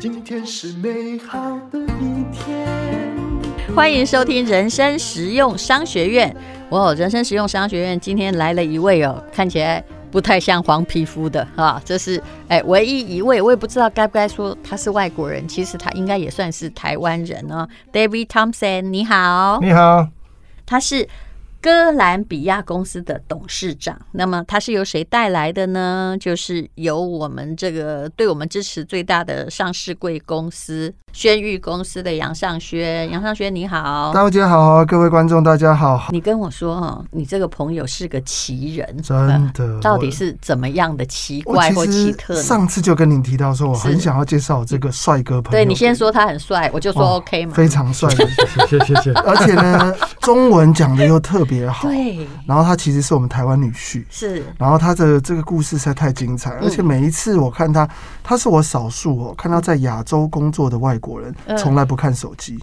今天是美好的一天。欢迎收听人生实用商学院。哇、哦，人生实用商学院今天来了一位哦，看起来不太像黄皮肤的哈、这是哎唯一一位，我也不知道该不该说他是外国人，其实他应该也算是台湾人哦。David Thompson，你好，你好，他是哥兰比亚公司的董事长。那么他是由谁带来的呢？就是由我们这个对我们支持最大的上市贵公司轩誉公司的杨尚轩。杨尚轩，你好。大姐好，各位观众大家好，你跟我说哦，你这个朋友是个奇人，嗯真的，到我底是怎么样的奇我怪或奇其特实呢？上次就跟你提到说，我是很想要介绍这个帅哥朋友，对你先说他很帅，我就说哇 OK 嘛。非常帅的，谢谢谢谢。 而且呢，中文讲的又特别好，对，然后他其实是我们台湾女婿。是然后他的这个故事实在太精彩，而且嗯每一次我看他，他是我少数哦看到在亚洲工作的外国人嗯哦从来不看手机，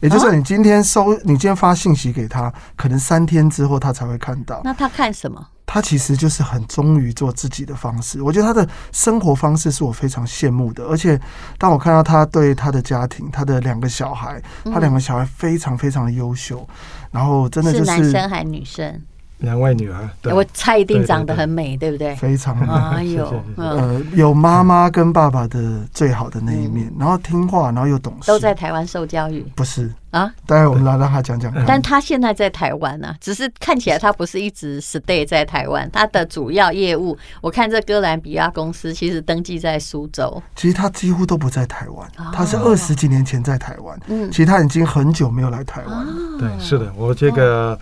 也就是说你今天收，你今天发信息给他，可能三天之后他才会看到。那他看什么？他其实就是很忠于做自己的方式。我觉得他的生活方式是我非常羡慕的，而且当我看到他对他的家庭、他的两个小孩，嗯他两个小孩非常非常的优秀，然后真的就是男是生还女生？两位女儿，对，我猜一定对对长得对很美，对不对？非常哎呦 是是是，嗯，呃有妈妈跟爸爸的最好的那一面，然后听话，然后又懂事，嗯都在台湾受教育不是。啊。待会我们来让他讲讲看。但他现在在台湾呢、只是看起来他不是一直 stay 在台湾，他的主要业务，我看这哥兰比亚公司其实登记在苏州，其实他几乎都不在台湾，他是哦二十几年前在台湾，嗯其实他已经很久没有来台湾了。啊对，是的，我这个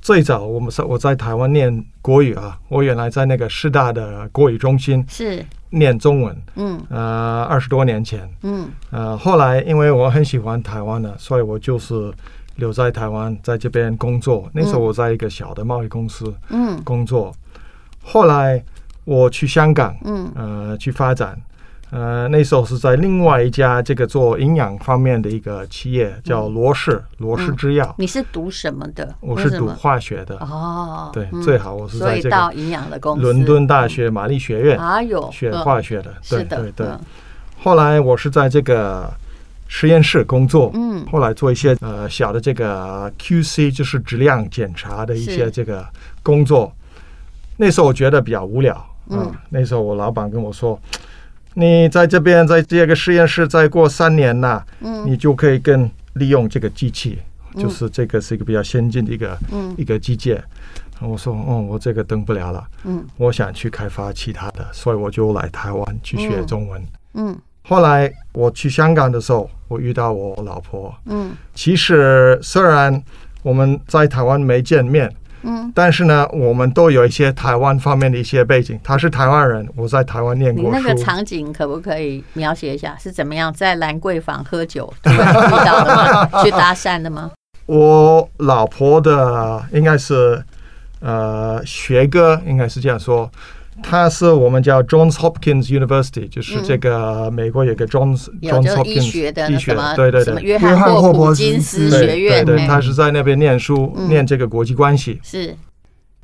最早我们是我在台湾念国语啊，我原来在那个师大的国语中心是，念中文，嗯呃，二十多年前，嗯，呃，后来因为我很喜欢台湾呢，所以我就是留在台湾，在这边工作。那时候我在一个小的贸易公司嗯工作，后来我去香港，嗯呃去发展。呃，那时候是在另外一家这个做营养方面的一个企业，叫罗氏罗氏制药。你是读什么的？我为是什读么化学的，哦，对，嗯最好我是所在以这到个营养的公司，伦敦大学玛丽学院哎呦，学嗯化学的，对是的，对对。嗯后来我是在这个实验室工作，嗯后来做一些呃小的这个 QC，就是质量检查的一是些这个工作。那时候我觉得比较无聊，啊嗯那时候我老板跟我说：“你在这边在这个实验室再过三年呐、嗯你就可以更利用这个机器，嗯就是这个是一个比较先进的一个、嗯一个机械。”我说：“哦，我这个登不了了，嗯我想去开发其他的，所以我就来台湾去学嗯中文。嗯后来我去香港的时候，我遇到我老婆。嗯其实虽然我们在台湾没见面，嗯，但是呢，我们都有一些台湾方面的一些背景。他是台湾人，我在台湾念你过那书个。场景可不可以描写一下？是怎么样在兰桂坊喝 酒突然遇到的吗？ 去搭讪的吗？我老婆的应该是呃学哥，应该是这样说。他是我们叫 Johns Hopkins University，就是这个美国有个 Johns、嗯有 Johns 就 Hopkins 医学的医那学什么对对什么对，约约翰翰霍普普金金斯斯对学院，对对，哎他是在那边念书，嗯念这个国际关系。是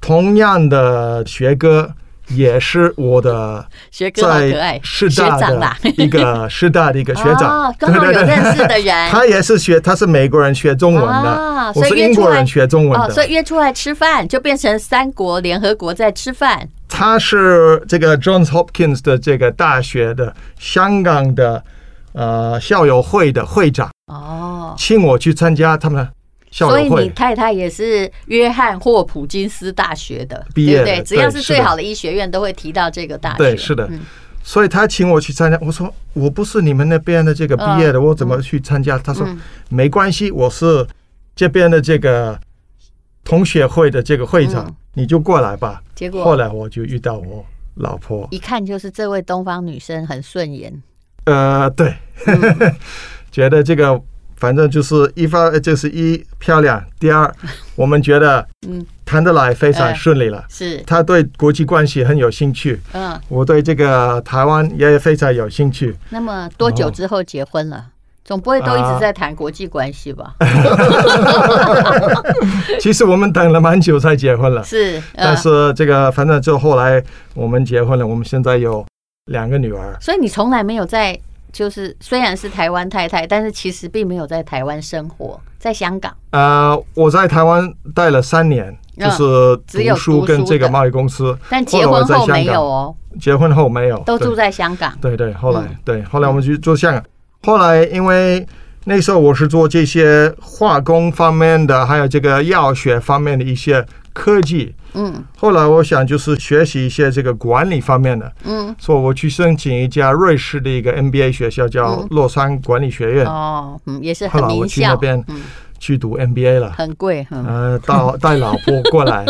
同样的学哥也是我的学哥好可爱在，师大学长啦的一个师大的一个学长哦，刚好有认识的 人。他也是学，他是美国人学中文啊的，我所是以约英出国来人学中文哦，所的。以约出来吃饭就变成三国联合国在吃饭，他是这个 Johns Hopkins 的这个大学的香港的呃校友会的会长，哦，请我去参加他们的校所以友你会。太太也是约翰霍普金斯大学的，毕业对不的对？只要是对最是的好的医学院，都会提到这个大学。对，是的嗯，所以他请我去参加。我说我不是你们那边的这个毕业的，我怎么去参加？他说嗯没关系，我是这边的这个同学会的这个会长，嗯你就过来吧。结后果来我就遇到我老婆，一看就是这位东方女生很顺眼，呃，对， 觉得这个反正就是一发就是一漂亮，第二我们觉得嗯谈得来非哎常顺利了。是，他对国际关系很有兴趣，嗯。 我对这个台湾也非常有兴趣。那么多久之后结婚了？总不会都一直在谈国际关系 吧？嗯其实我们等了蛮久才结婚了，是，呃但是这个反正就后来我们结婚了，我们现在有两个女儿。所以你从来没有在，就是虽然是台湾太太，但是其实并没有在台湾生活，在香港。呃，我在台湾待了三年，就嗯是只有读书读书跟这个的贸易公司。但结婚来我后在香没有港，哦，结婚后没有，都对住在香港。对对，后来、嗯对，后来我们去做香港。后来因为那时候我是做这些化工方面的，还有这个药学方面的一些科技。嗯后来我想就是学习一些这个管理方面的，嗯，所以我去申请一家瑞士的一个 MBA 学校，叫嗯洛杉管理学院，哦，嗯，也是后很来我名去那校，边嗯，去读 MBA 了。很贵，嗯呃，到带老婆过来，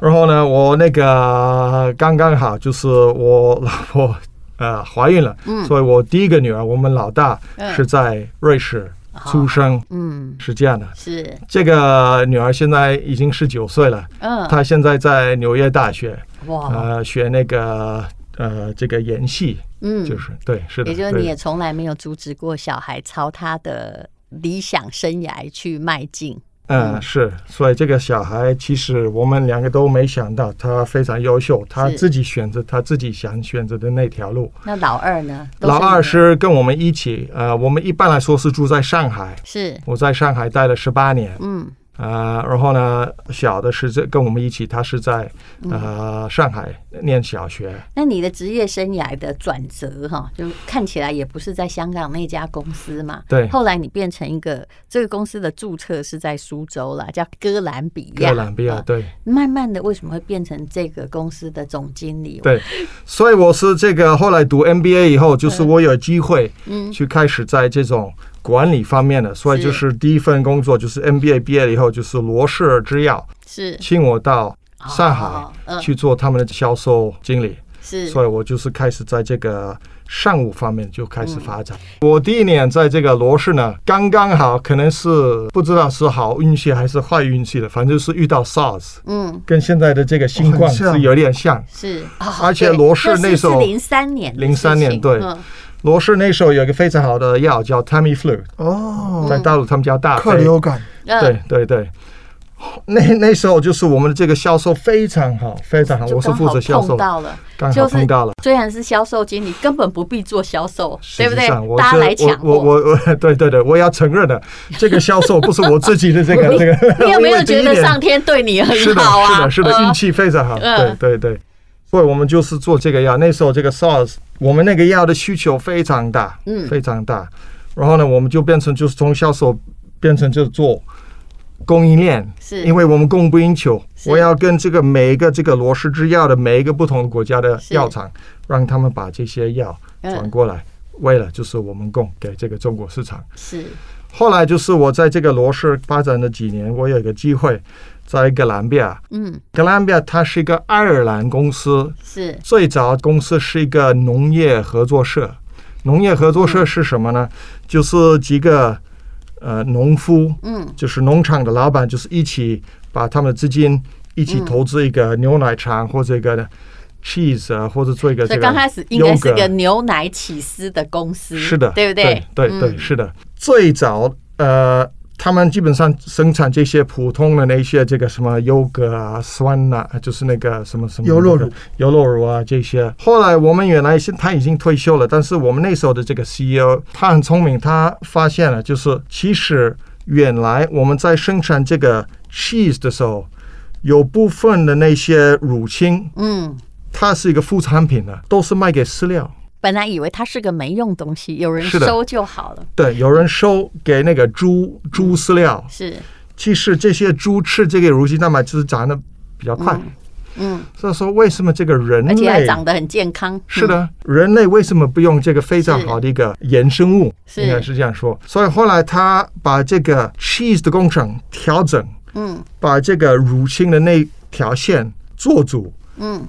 然后呢，我那个刚刚好就是我老婆呃怀孕了，嗯所以我第一个女儿，我们老大嗯啊是在瑞士好出生，嗯，是这样的。是，这个女儿现在已经十九岁了，嗯，哦她现在在纽约大学，哇，呃，学那个呃这个演戏，嗯，就是对，是的，也就是对你也从来没有阻止过小孩朝他的理想生涯去迈进。嗯，是，所以这个小孩其实我们两个都没想到，他非常优秀，他是自己选择他自己想选择的那条路。那老二呢？都老你二的是跟我们一起，呃，我们一般来说是住在上海，是，我在上海待了十八年，嗯呃，然后呢，小的是这跟我们一起，他是在嗯呃上海念小学，那你的职业生涯的转折哈，就看起来也不是在香港那家公司嘛。对后来你变成一个这个公司的注册是在苏州啦，叫哥兰比亚。哥伦比亚啊对。慢慢的为什么会变成这个公司的总经理？，对，所以我是这个后来读 MBA 以后，就是我有机会嗯去开始在这种管理方面的，所以就是第一份工作就是 MBA 毕业了以后，就是罗氏尔制药是请我到上哦海嗯去做他们的销售经理，是所以我就是开始在这个。商务方面就开始发展。嗯我第一年在这个罗氏呢，刚刚好，可能是不知道是好运气还是坏运气的，反正就是遇到 SARS，嗯跟现在的这个新很哦冠像是有点像。是，哦而且对罗氏那时是候零三年的事情， 03年对嗯罗氏那时候有一个非常好的药叫 Tamiflu，哦，在大陆他们叫大客飞。流感嗯对对对，那那时候就是我们的这个销售非常好，非常好，嗯就我是刚负好责销碰售，到了，刚就好是碰到了。虽然是销售经理，根本不必做销售，对实不际对上，？我大家是来抢我我我 我，对对对，我要承认的，这个销售不是我自己的这个这个。 你有没 因有为第觉一得年上天对你是很的，好是啊？的，是的，呃运气非常好。嗯对对对，所以我们就是做这个药。那时候这个 SARS，我们那个药的需求非常大，嗯非常大。然后呢，我们就变成就是从销售变成就做供应链，是因为我们供不应求，是我要跟这个每一个这个罗氏制药的每一个不同的国家的是药厂，让他们把这些药嗯转过来，为了就是我们供给这个中国市场。是后来就是我在这个罗氏发展了几年，我有一个机会在哥伦比亚。嗯哥伦比亚它是一个爱尔兰公司，是最早公司是一个农业合作社。农业合作嗯社是什么呢？就是几个呃农夫，嗯就是农场的老板，就是一起把他们的资金一起嗯投资一个牛奶厂或者一个 cheese 啊，或者做一个所这以个刚开始应该是 yogurt 个牛奶起司的公司，是的，嗯对不对对？？对对，嗯是的。最早呃，他们基本上生产这些普通的那些这个什么优格啊、酸呐、就是那个什么什么优酪乳那个、优酪乳啊这些。后来我们原来是他已经退休了，但是我们那时候的这个 CEO 他很聪明，他发现了就是其实原来我们在生产这个 cheese 的时候，有部分的那些乳清嗯，它是一个副产品的，都是卖给饲料。本来以为它是个没用东西，有人是的收就好了，对，有人收给那个猪猪饲料，是其实这些猪吃这个乳清蛋白质长得比较快，嗯，所以说为什么这个人而且还类长得很健康，嗯，是的，人类为什么不用这个非常好的一个衍生物？是应该是这样说。所以后来他把这个 cheese 的工厂调整，嗯把这个乳清的那条线做主嗯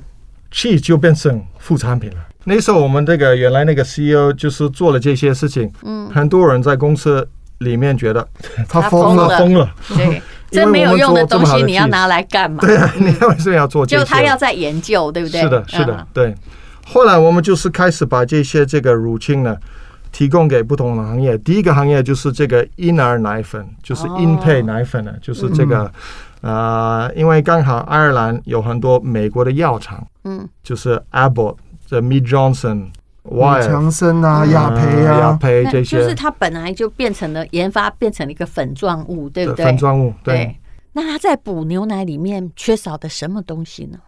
，cheese 就变成副产品了。那时候我们这个原来那个 CEO 就是做了这些事情，嗯，很多人在公司里面觉得他他疯疯了，他了疯 了，对， 因为这没有用的东我们做这么好西的你要 cheese 拿来干嘛？对啊，你为什么要做这就些？他要在研究，对不对？是的，是的嗯，对。后来我们就是开始把这些这个乳清呢，提供给不同的行业。第一个行业就是这个婴儿奶粉，就是哦嗯婴配奶粉呢，就是这个，呃，因为刚好爱尔兰有很多美国的药厂，嗯，就是 Abbott、这 Mead Johnson、李 Wyeth、强生啊、呃雅培雅啊，培那这就是些它本来就变成了研发变成了一个粉状物，对不的对？分装物，对。对。那它在补牛奶里面缺少的什么东西呢？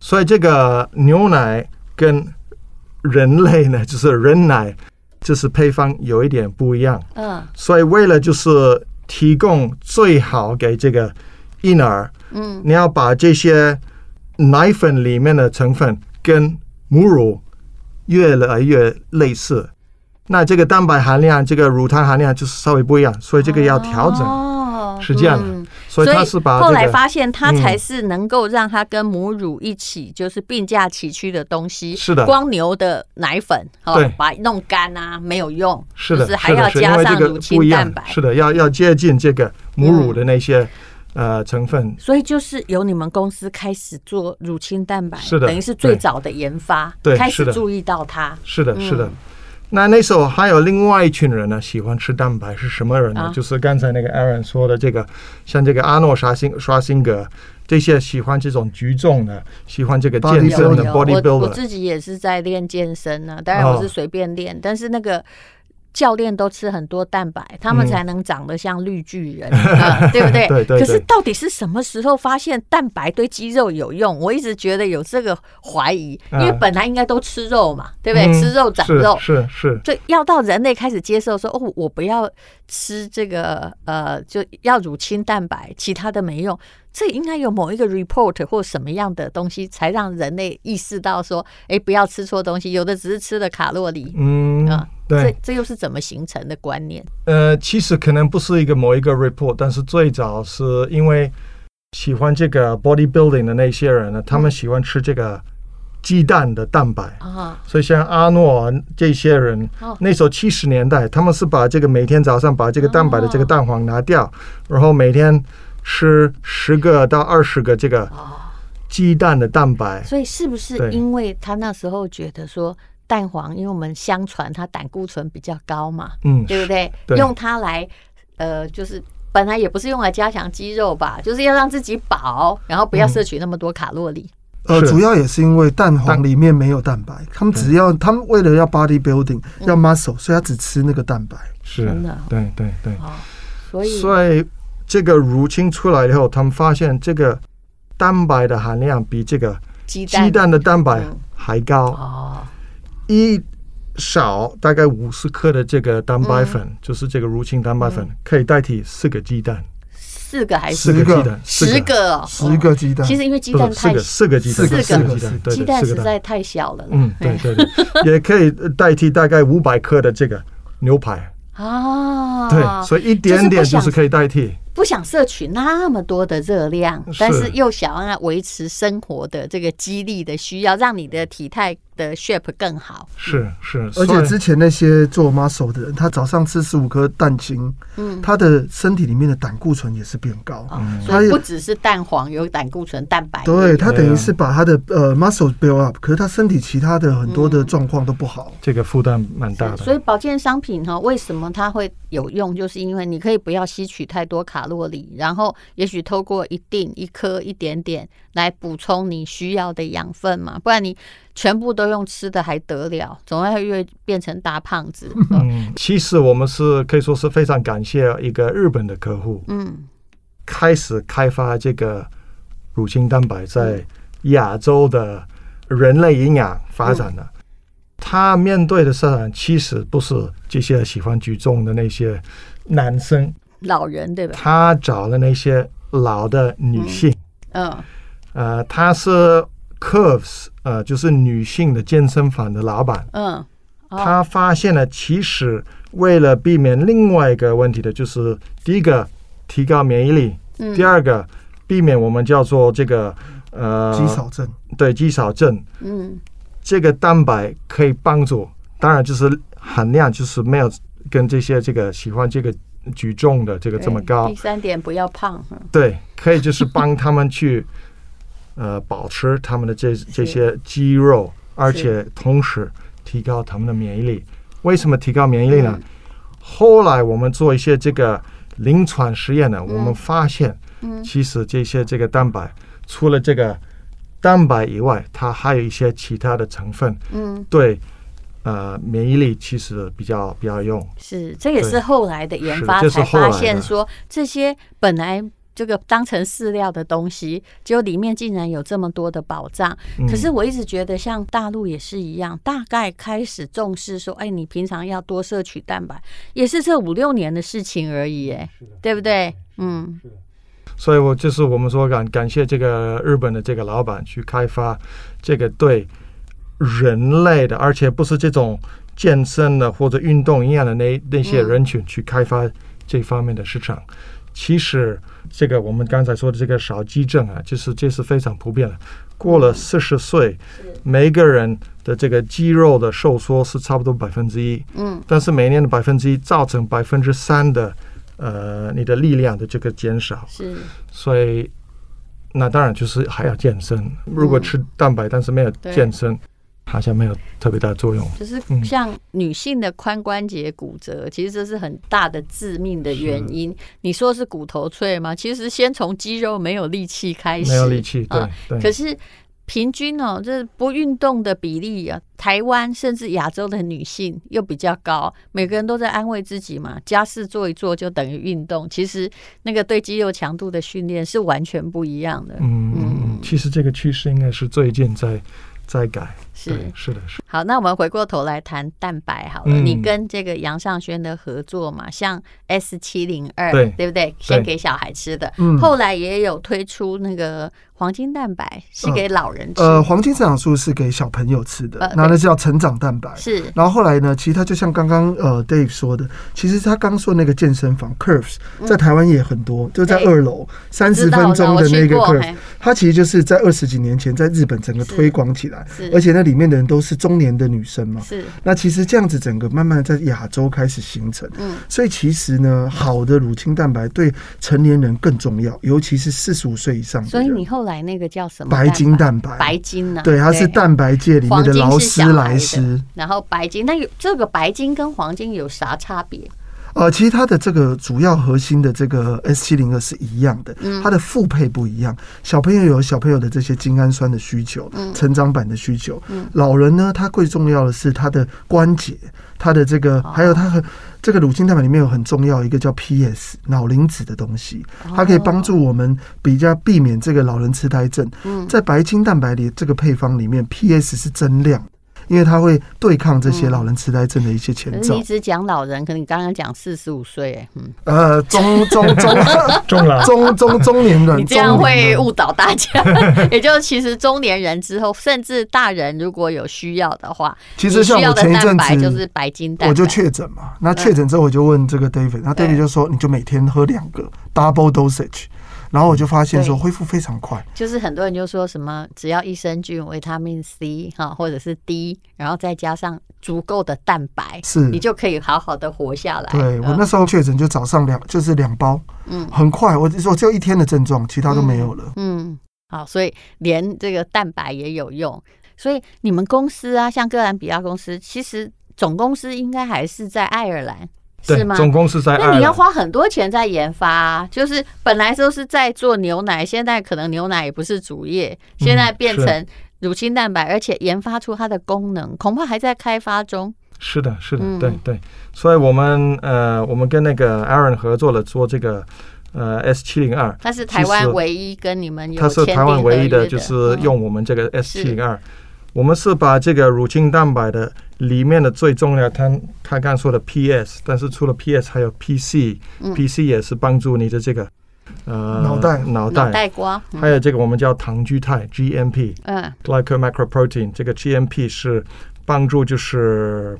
所以这个牛奶跟人类呢， 就是人奶，就是配方有一点不一样。嗯所以为了就是提供最好给这个婴儿，嗯，你要把这些奶粉里面的成分跟母乳越来越类似。那这个蛋白含量、这个乳糖含量就是稍微不一样，所以这个要调整。哦是这样的嗯所以它是把这个后来发现它嗯才是能够让它跟母乳一起就是并驾齐驱的东西。是的光牛的奶粉哦对，把它弄干啊没有用，是就的，是还是的要是因加为上这乳个不一清样蛋，白。嗯是的，要要接近这个母乳的那些、呃成分。所以就是由你们公司开始做乳清蛋白，是的等于是最早的研发，对开是始的注意到它。是的，嗯是的。那那时候还有另外一群人呢，喜欢吃蛋白是什么人呢？啊就是刚才那个 Aaron 说的这个，像这个阿诺沙辛刷辛格这些喜欢这种举重的，喜欢这个健身的有我我 bodybuilder。哦自己也是在练健身啊，当然我是随便练，但是那个。教练都吃很多蛋白，他们嗯才能长得像绿巨 人，啊对不对？对对对可是到底是什么时候发现蛋白对肌肉有用？我一直觉得有这个怀疑，因为啊本来应该都吃肉嘛，对不对？嗯吃肉长肉，是是是所以要到人类开始接受说，哦，我不要吃这个，呃，就要乳清蛋白，其他的没用。这应该有某一个 report 或什么样的东西，才让人类意识到说，哎，不要吃错东西。有的只是吃了卡路里，嗯，啊这对，这又是怎么形成的观念？呃，其实可能不是一个某一个 report，但是最早是因为喜欢这个 bodybuilding 的那些人呢，他们喜欢吃这个鸡蛋的蛋白。啊，所以像阿诺啊这些人，哦那时候七十年代，他们是把这个每天早上把这个蛋白的这个蛋黄拿掉，然后每天吃十个到二十个这个哦鸡蛋的蛋白。所以是不是对因为他那时候觉得说蛋黄，因为我们相传它胆固醇比较高嘛，嗯，对不对？对用它来，呃，就是本来也不是用来加强肌肉吧，就是要让自己饱，然后不要摄取那么多卡路里。呃，是主要也是因为蛋黄里面没有蛋白，他们只要他们为了要 body building 嗯要 muscle，所以他只吃那个蛋白。是真的对对对。哦，所以嗯所以这个乳清出来以后，他们发现这个蛋白的含量比这个鸡蛋鸡蛋的蛋白嗯还高。哦，一勺大概五十克的这个蛋白粉，嗯就是这个乳清蛋白粉，可以代替四个鸡蛋，四个还是四个个鸡蛋，十个，个哦？十个鸡蛋其，实因为鸡不蛋是四太个，四个鸡蛋，四个四个四鸡个蛋，对鸡对，蛋四实个在蛋，太小了啦。嗯，对对对，也可以代替大概五百克的这个牛排，啊，对，所以一点点哦就是可以代替，不想摄取那么多的热量，是但是又想要维持生活的这个激励的需要，让你的体态的 shape 更好。是是，而所且以之前那些做 muscle 的人，他早上吃十五颗蛋清，嗯他的身体里面的胆固醇也是变高。啊、它所以也不只是蛋黄有胆固醇、蛋白，对他等嗯对啊于是把他的呃 muscle build up，可是他身体其他的很多嗯的状况都不好。这个负担蛮大的，所以保健商品哈，为什么它会有用？就是因为你可以不要吸取太多卡路里，然后也许透过一定一颗一点点来补充你需要的养分嘛，不然你全部都用吃的还得了？总会越变成大胖子。 嗯，其实我们是可以说是非常感谢一个日本的客户，嗯，开始开发这个乳清蛋白嗯在亚洲的人类营养发展的。嗯他面对的市场其实不是这些喜欢举重的那些男生，老人对吧？他找了那些老的女性，嗯呃，他是 Curves，呃，就是女性的健身房的老板。嗯，哦他发现了，其实为了避免另外一个问题的，就是第一个提高免疫力，嗯第二个避免我们叫做这个呃肌少症，对肌少症，嗯这个蛋白可以帮助，当然就是含量就是没有跟这些这个喜欢这个举重的这个这么对高嗯第，三点不要胖，嗯对，可以就是帮他们去呃保持他们的这这些肌肉，而且同时提高他们的免疫力，为什么提高免疫力呢？后来我们做一些这个临床实验呢，我们发现，其实这些这个蛋白除了这个蛋白以外，它还有一些其他的成分，嗯，对，呃，免疫力其实比较比较用。是，这也是对后来的研是发这是才后发来现的说，这些本来这个当成饲料的东西，结果里面竟然有这么多的宝藏。嗯可是我一直觉得，像大陆也是一样，大概开始重视说，哎，你平常要多摄取蛋白，也是这五六年的事情而已，哎，对不对？嗯，所以我就是我们说感感谢这个日本的这个老板去开发这个对人类的，而且不是这种健身的或者运动一样的那那些人群去开发这方面的市场。其实这个我们刚才说的这个少肌症啊，就是这是非常普遍的。过了四十岁，每一个人的这个肌肉的收缩是差不多百分之一，嗯，但是每年的百分之一造成百分之三的呃你的力量的这个减少，是所以那当然就是还要健身。如果吃蛋白，但是没有对健身，好像没有特别大的作用。就是嗯像女性的髋关节骨折，其实这是很大的致命的原因。你说是骨头脆吗？其实先从肌肉没有力气开始，没有力气，对、啊对。可是平均哦，这不运动的比例啊，台湾甚至亚洲的女性又比较高。每个人都在安慰自己嘛，家事做一做就等于运动。其实那个对肌肉强度的训练是完全不一样的。嗯，嗯其实这个趋势应该是最近在在改。嗯是对，是的，是的。好，那我们回过头来谈蛋白好了。嗯你跟这个杨尚轩的合作嘛，像 S 七零二，对对不对？先给小孩吃的，嗯后来也有推出那个黄金蛋白，是给嗯老人吃，呃，黄金成长素是给小朋友吃的呃，那对那叫成长蛋白。是然后后来呢，其实它就像刚刚呃 Dave 说的，其实他刚说那个健身房 Curves 在台湾也很多，就在嗯对二楼三知十道分钟我的去那个过 Curves，嘿它其实就是在二十几年前在日本整个推广起来是，而且那里面的人都是中年的女生嘛。是那其实这样子整个慢慢在亚洲开始形成，嗯所以其实呢，好的乳清蛋白对成年人更重要，尤其是四十五岁以上的人。所以你后来那个叫什么白金蛋白，白金呢、对，它是蛋白界里面黄的金劳是斯小孩莱的斯。然后白金，那有这个白金跟黄金有啥差别？呃，其实它的这个主要核心的这个 S 七零二是一样的，它的复配不一样。小朋友有小朋友的这些精氨酸的需求，成长版的需求。老人呢，他最重要的是他的关节，他的这个还有他和这个乳清蛋白里面有很重要一个叫 PS 脑磷脂的东西，它可以帮助我们比较避免这个老人痴呆症。在白金蛋白里这个配方里面，PS 是增量。因为它会对抗这些老人痴呆症的一些前可是兆。呃你只讲老人，可你刚刚讲四十五岁，哎嗯，呃，中中 中中了，中中中年人，你这样中年会人啊误导大家。 也就是其实中年人之后，甚至大人如果有需要的话，其你实像需要我的前一蛋阵白子就是白金蛋白，我就确诊嘛，那确诊之后我就问这个 David，那对 David 就说你就每天喝两个 double dosage，然后我就发现说对恢复非常快，就是很多人就说什么只要益生菌、维他命 C 哈，或者是 D，然后再加上足够的蛋白，是嗯你就可以好好的活下来。对我嗯那时候确诊就早上两就是两包，嗯很快，我我只有一天的症状，其他都没有了。嗯，好，所以连这个蛋白也有用。所以你们公司啊，像哥兰比亚公司，其实总公司应该还是在爱尔兰，对是，吗？总共是在爱那尔你要兰。花很多钱在研发、啊，就是本来都是在做牛奶，现在可能牛奶也不是主业，现在变嗯是成乳清蛋白，而且研发出它的功能，恐怕还在开发中。是的，是的嗯，对对。所以我们呃，我们跟那个 Aaron 合作了，做这个呃 S 七零二，它是台其湾实唯一跟你们有它是签台订湾合唯约一的，就是嗯用我们这个 S 七是零二，我们是把这个乳清蛋白的里面的最重要，他他刚说的 PS，但是除了 PS 还有 PC，PC、PC 嗯也是帮助你的这个呃脑袋脑脑袋，袋瓜，还有这个我们叫糖聚肽 GMP 嗯 glycomicroprotein，这个 GMP 是帮助就是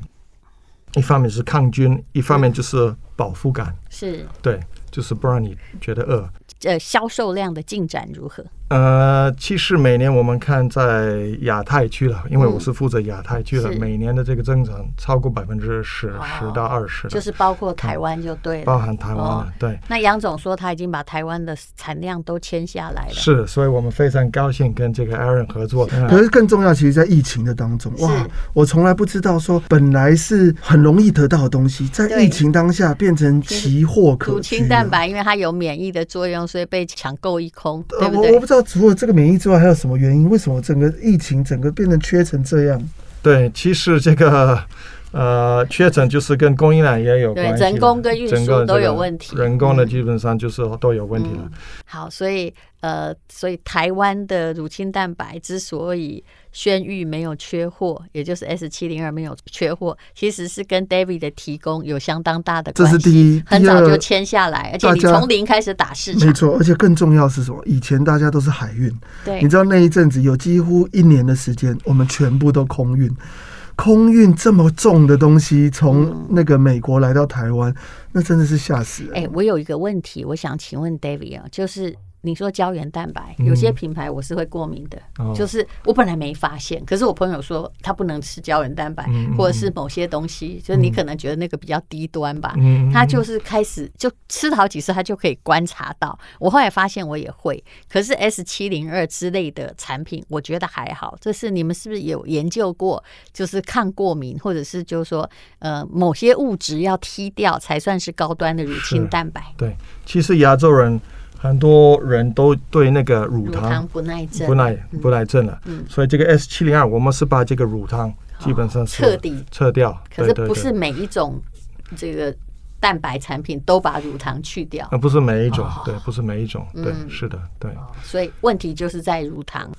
一方面是抗菌，一方面就是饱腹感，是对，就是不让你觉得饿。呃销售量的进展如何？呃，其实每年我们看在亚太区了，因为我是负责亚太区的，嗯是每年的这个增长超过百分之十、哇十到二啊十，就是包括台湾就对包了。含台湾了，哦对。那杨总说他已经把台湾的产量都签下来了，是，所以我们非常高兴跟这个 Aaron 合作。嗯可是更重要，其实，在疫情的当中，哇是，我从来不知道说，本来是很容易得到的东西，在对疫情当下变成奇货可乳居。清蛋。白因为它有免疫的作用，所以被抢购一空，对呃，不我我对不？知道除了这个免疫之外，还有什么原因？为什么整个疫情整个变成缺成这样？对，其实这个呃，确诊就是跟供应链也有对关系的，人工跟运整输个都这个有问题人工的嗯基本上就是都有问题了。好，所以呃，所以台湾的乳清蛋白之所以轩誉没有缺货，也就是 S 七零二没有缺货，其实是跟 David 的提供有相当大的这关系。是第一很第早二就签下来，而且你大家从零开始打市没场，错，而且更重要是什么？以前大家都是海运，对你，知道那一阵子有几乎一年的时间，我们全部都空运。空运这么重的东西从那个美国来到台湾，那真的是吓死人。哎、我有一个问题，我想请问 David 啊，就是你说胶原蛋白，有些品牌我是会过敏的，嗯哦就是我本来没发现，可是我朋友说他不能吃胶原蛋白，嗯嗯或者是某些东西，就是你可能觉得那个比较低端吧，嗯他就是开始就吃了好几次，他就可以观察到。我后来发现我也会，可是 S 七零二之类的产品，我觉得还好。这是你们是不是有研究过，就是抗过敏，或者是就是说呃某些物质要踢掉才算是高端的乳清是蛋白？对，其实亚洲人很多人都对那个乳乳糖糖不耐症嗯不耐不耐症了，嗯所以这个 S 七零二我们是把这个乳糖基本上是彻底，撤掉，可对是对不对是每一种这个蛋白产品都把乳糖去掉，呃不是每一种哦，嗯对，不是每一种，对，是的，对。所以问题就是在乳糖。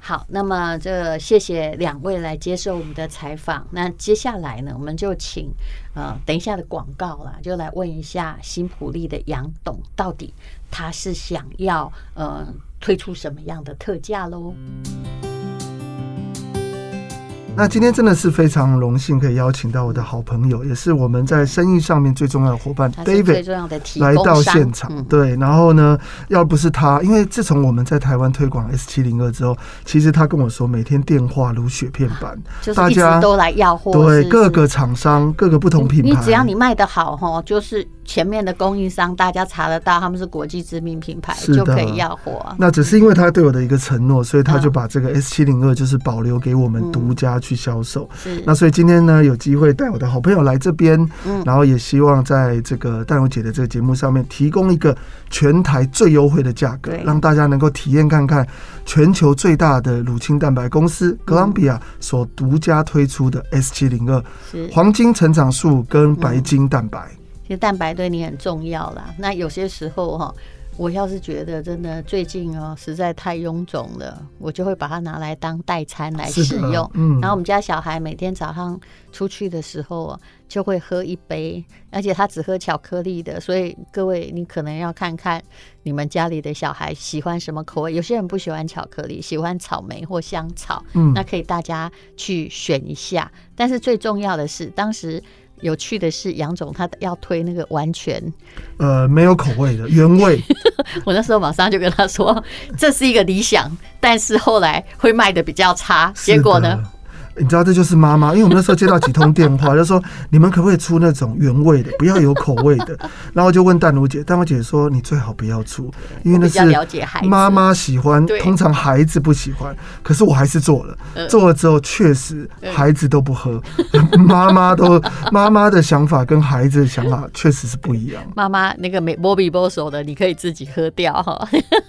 好，那么这谢谢两位来接受我们的采访。那接下来呢，我们就请呃等一下的广告啦，就来问一下新普利的杨董，到底他是想要呃推出什么样的特价喽？嗯那今天真的是非常荣幸可以邀请到我的好朋友，也是我们在生意上面最重要的伙伴他是最 David 重要的提供来商到现场。嗯对，然后呢，要不是他，因为自从我们在台湾推广 S 七零二之后，其实他跟我说每天电话如雪片般，啊就是一直都来要货，对是嗯各个厂商、各个不同品牌，你只要你卖的好吼，就是前面的供应商大家查得到，他们是国际知名品牌，是的就可以要货啊。那只是因为他对我的一个承诺，所以他就嗯把这个 S 七零二就是保留给我们独家去销售。是那所以今天呢，有机会带我的好朋友来这边，嗯然后也希望在这个淡如姐的这个节目上面提供一个全台最优惠的价格对，让大家能够体验看看全球最大的乳清蛋白公嗯司哥伦比亚所独家推出的 S 七零二是黄金成长素跟白金蛋白。其实蛋白对你很重要啦。那有些时候哈、我要是觉得真的最近哦实在太臃肿了，我就会把它拿来当代餐来是的使用。嗯然后我们家小孩每天早上出去的时候哦，就会喝一杯，而且他只喝巧克力的，所以各位你可能要看看你们家里的小孩喜欢什么口味。有些人不喜欢巧克力，喜欢草莓或香草。嗯那可以大家去选一下。但是最重要的是，当时有趣的是杨总他要推那个完全，呃，没有口味的原味，我那时候马上就跟他说 这是一个理想，但是后来会卖的比较差。结果是呢的？？你知道这就是妈妈，因为我们那时候接到几通电话，就说你们可不可以出那种原味的，不要有口味 的。然后我就问淡如姐，淡如姐说你最好不要出，因为那我比是较了解孩子妈妈喜欢对，嗯通常孩子不喜欢。可是我还是做了，做了之后确实孩子都不喝， 妈妈都妈妈的想法跟孩子的想法确实是不一样。妈妈那个没波比波手的，你可以自己喝掉哈。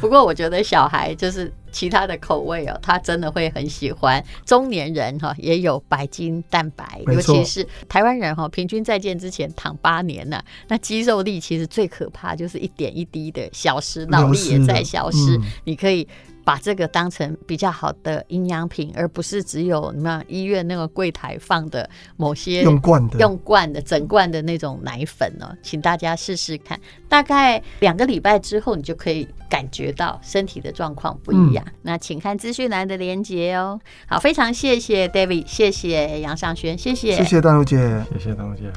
不过我觉得小孩就是其他的口味哦，他真的会很喜欢。中年人哈也有白金蛋白，没尤错其是台湾人哈，平均在建之前躺八年呐、那肌肉力其实最可怕就是一点一滴的消失，脑力也在消失。嗯你可以。把这个当成比较好的营养品，而不是只有你们医院那个柜台放的某些用惯的，用罐的整罐的那种奶粉哦，请大家试试看。大概两个礼拜之后，你就可以感觉到身体的状况不一样。那请看资讯栏的连接哦。好，非常谢谢 David，谢谢杨尚轩，谢谢谢淡如姐。谢谢同学。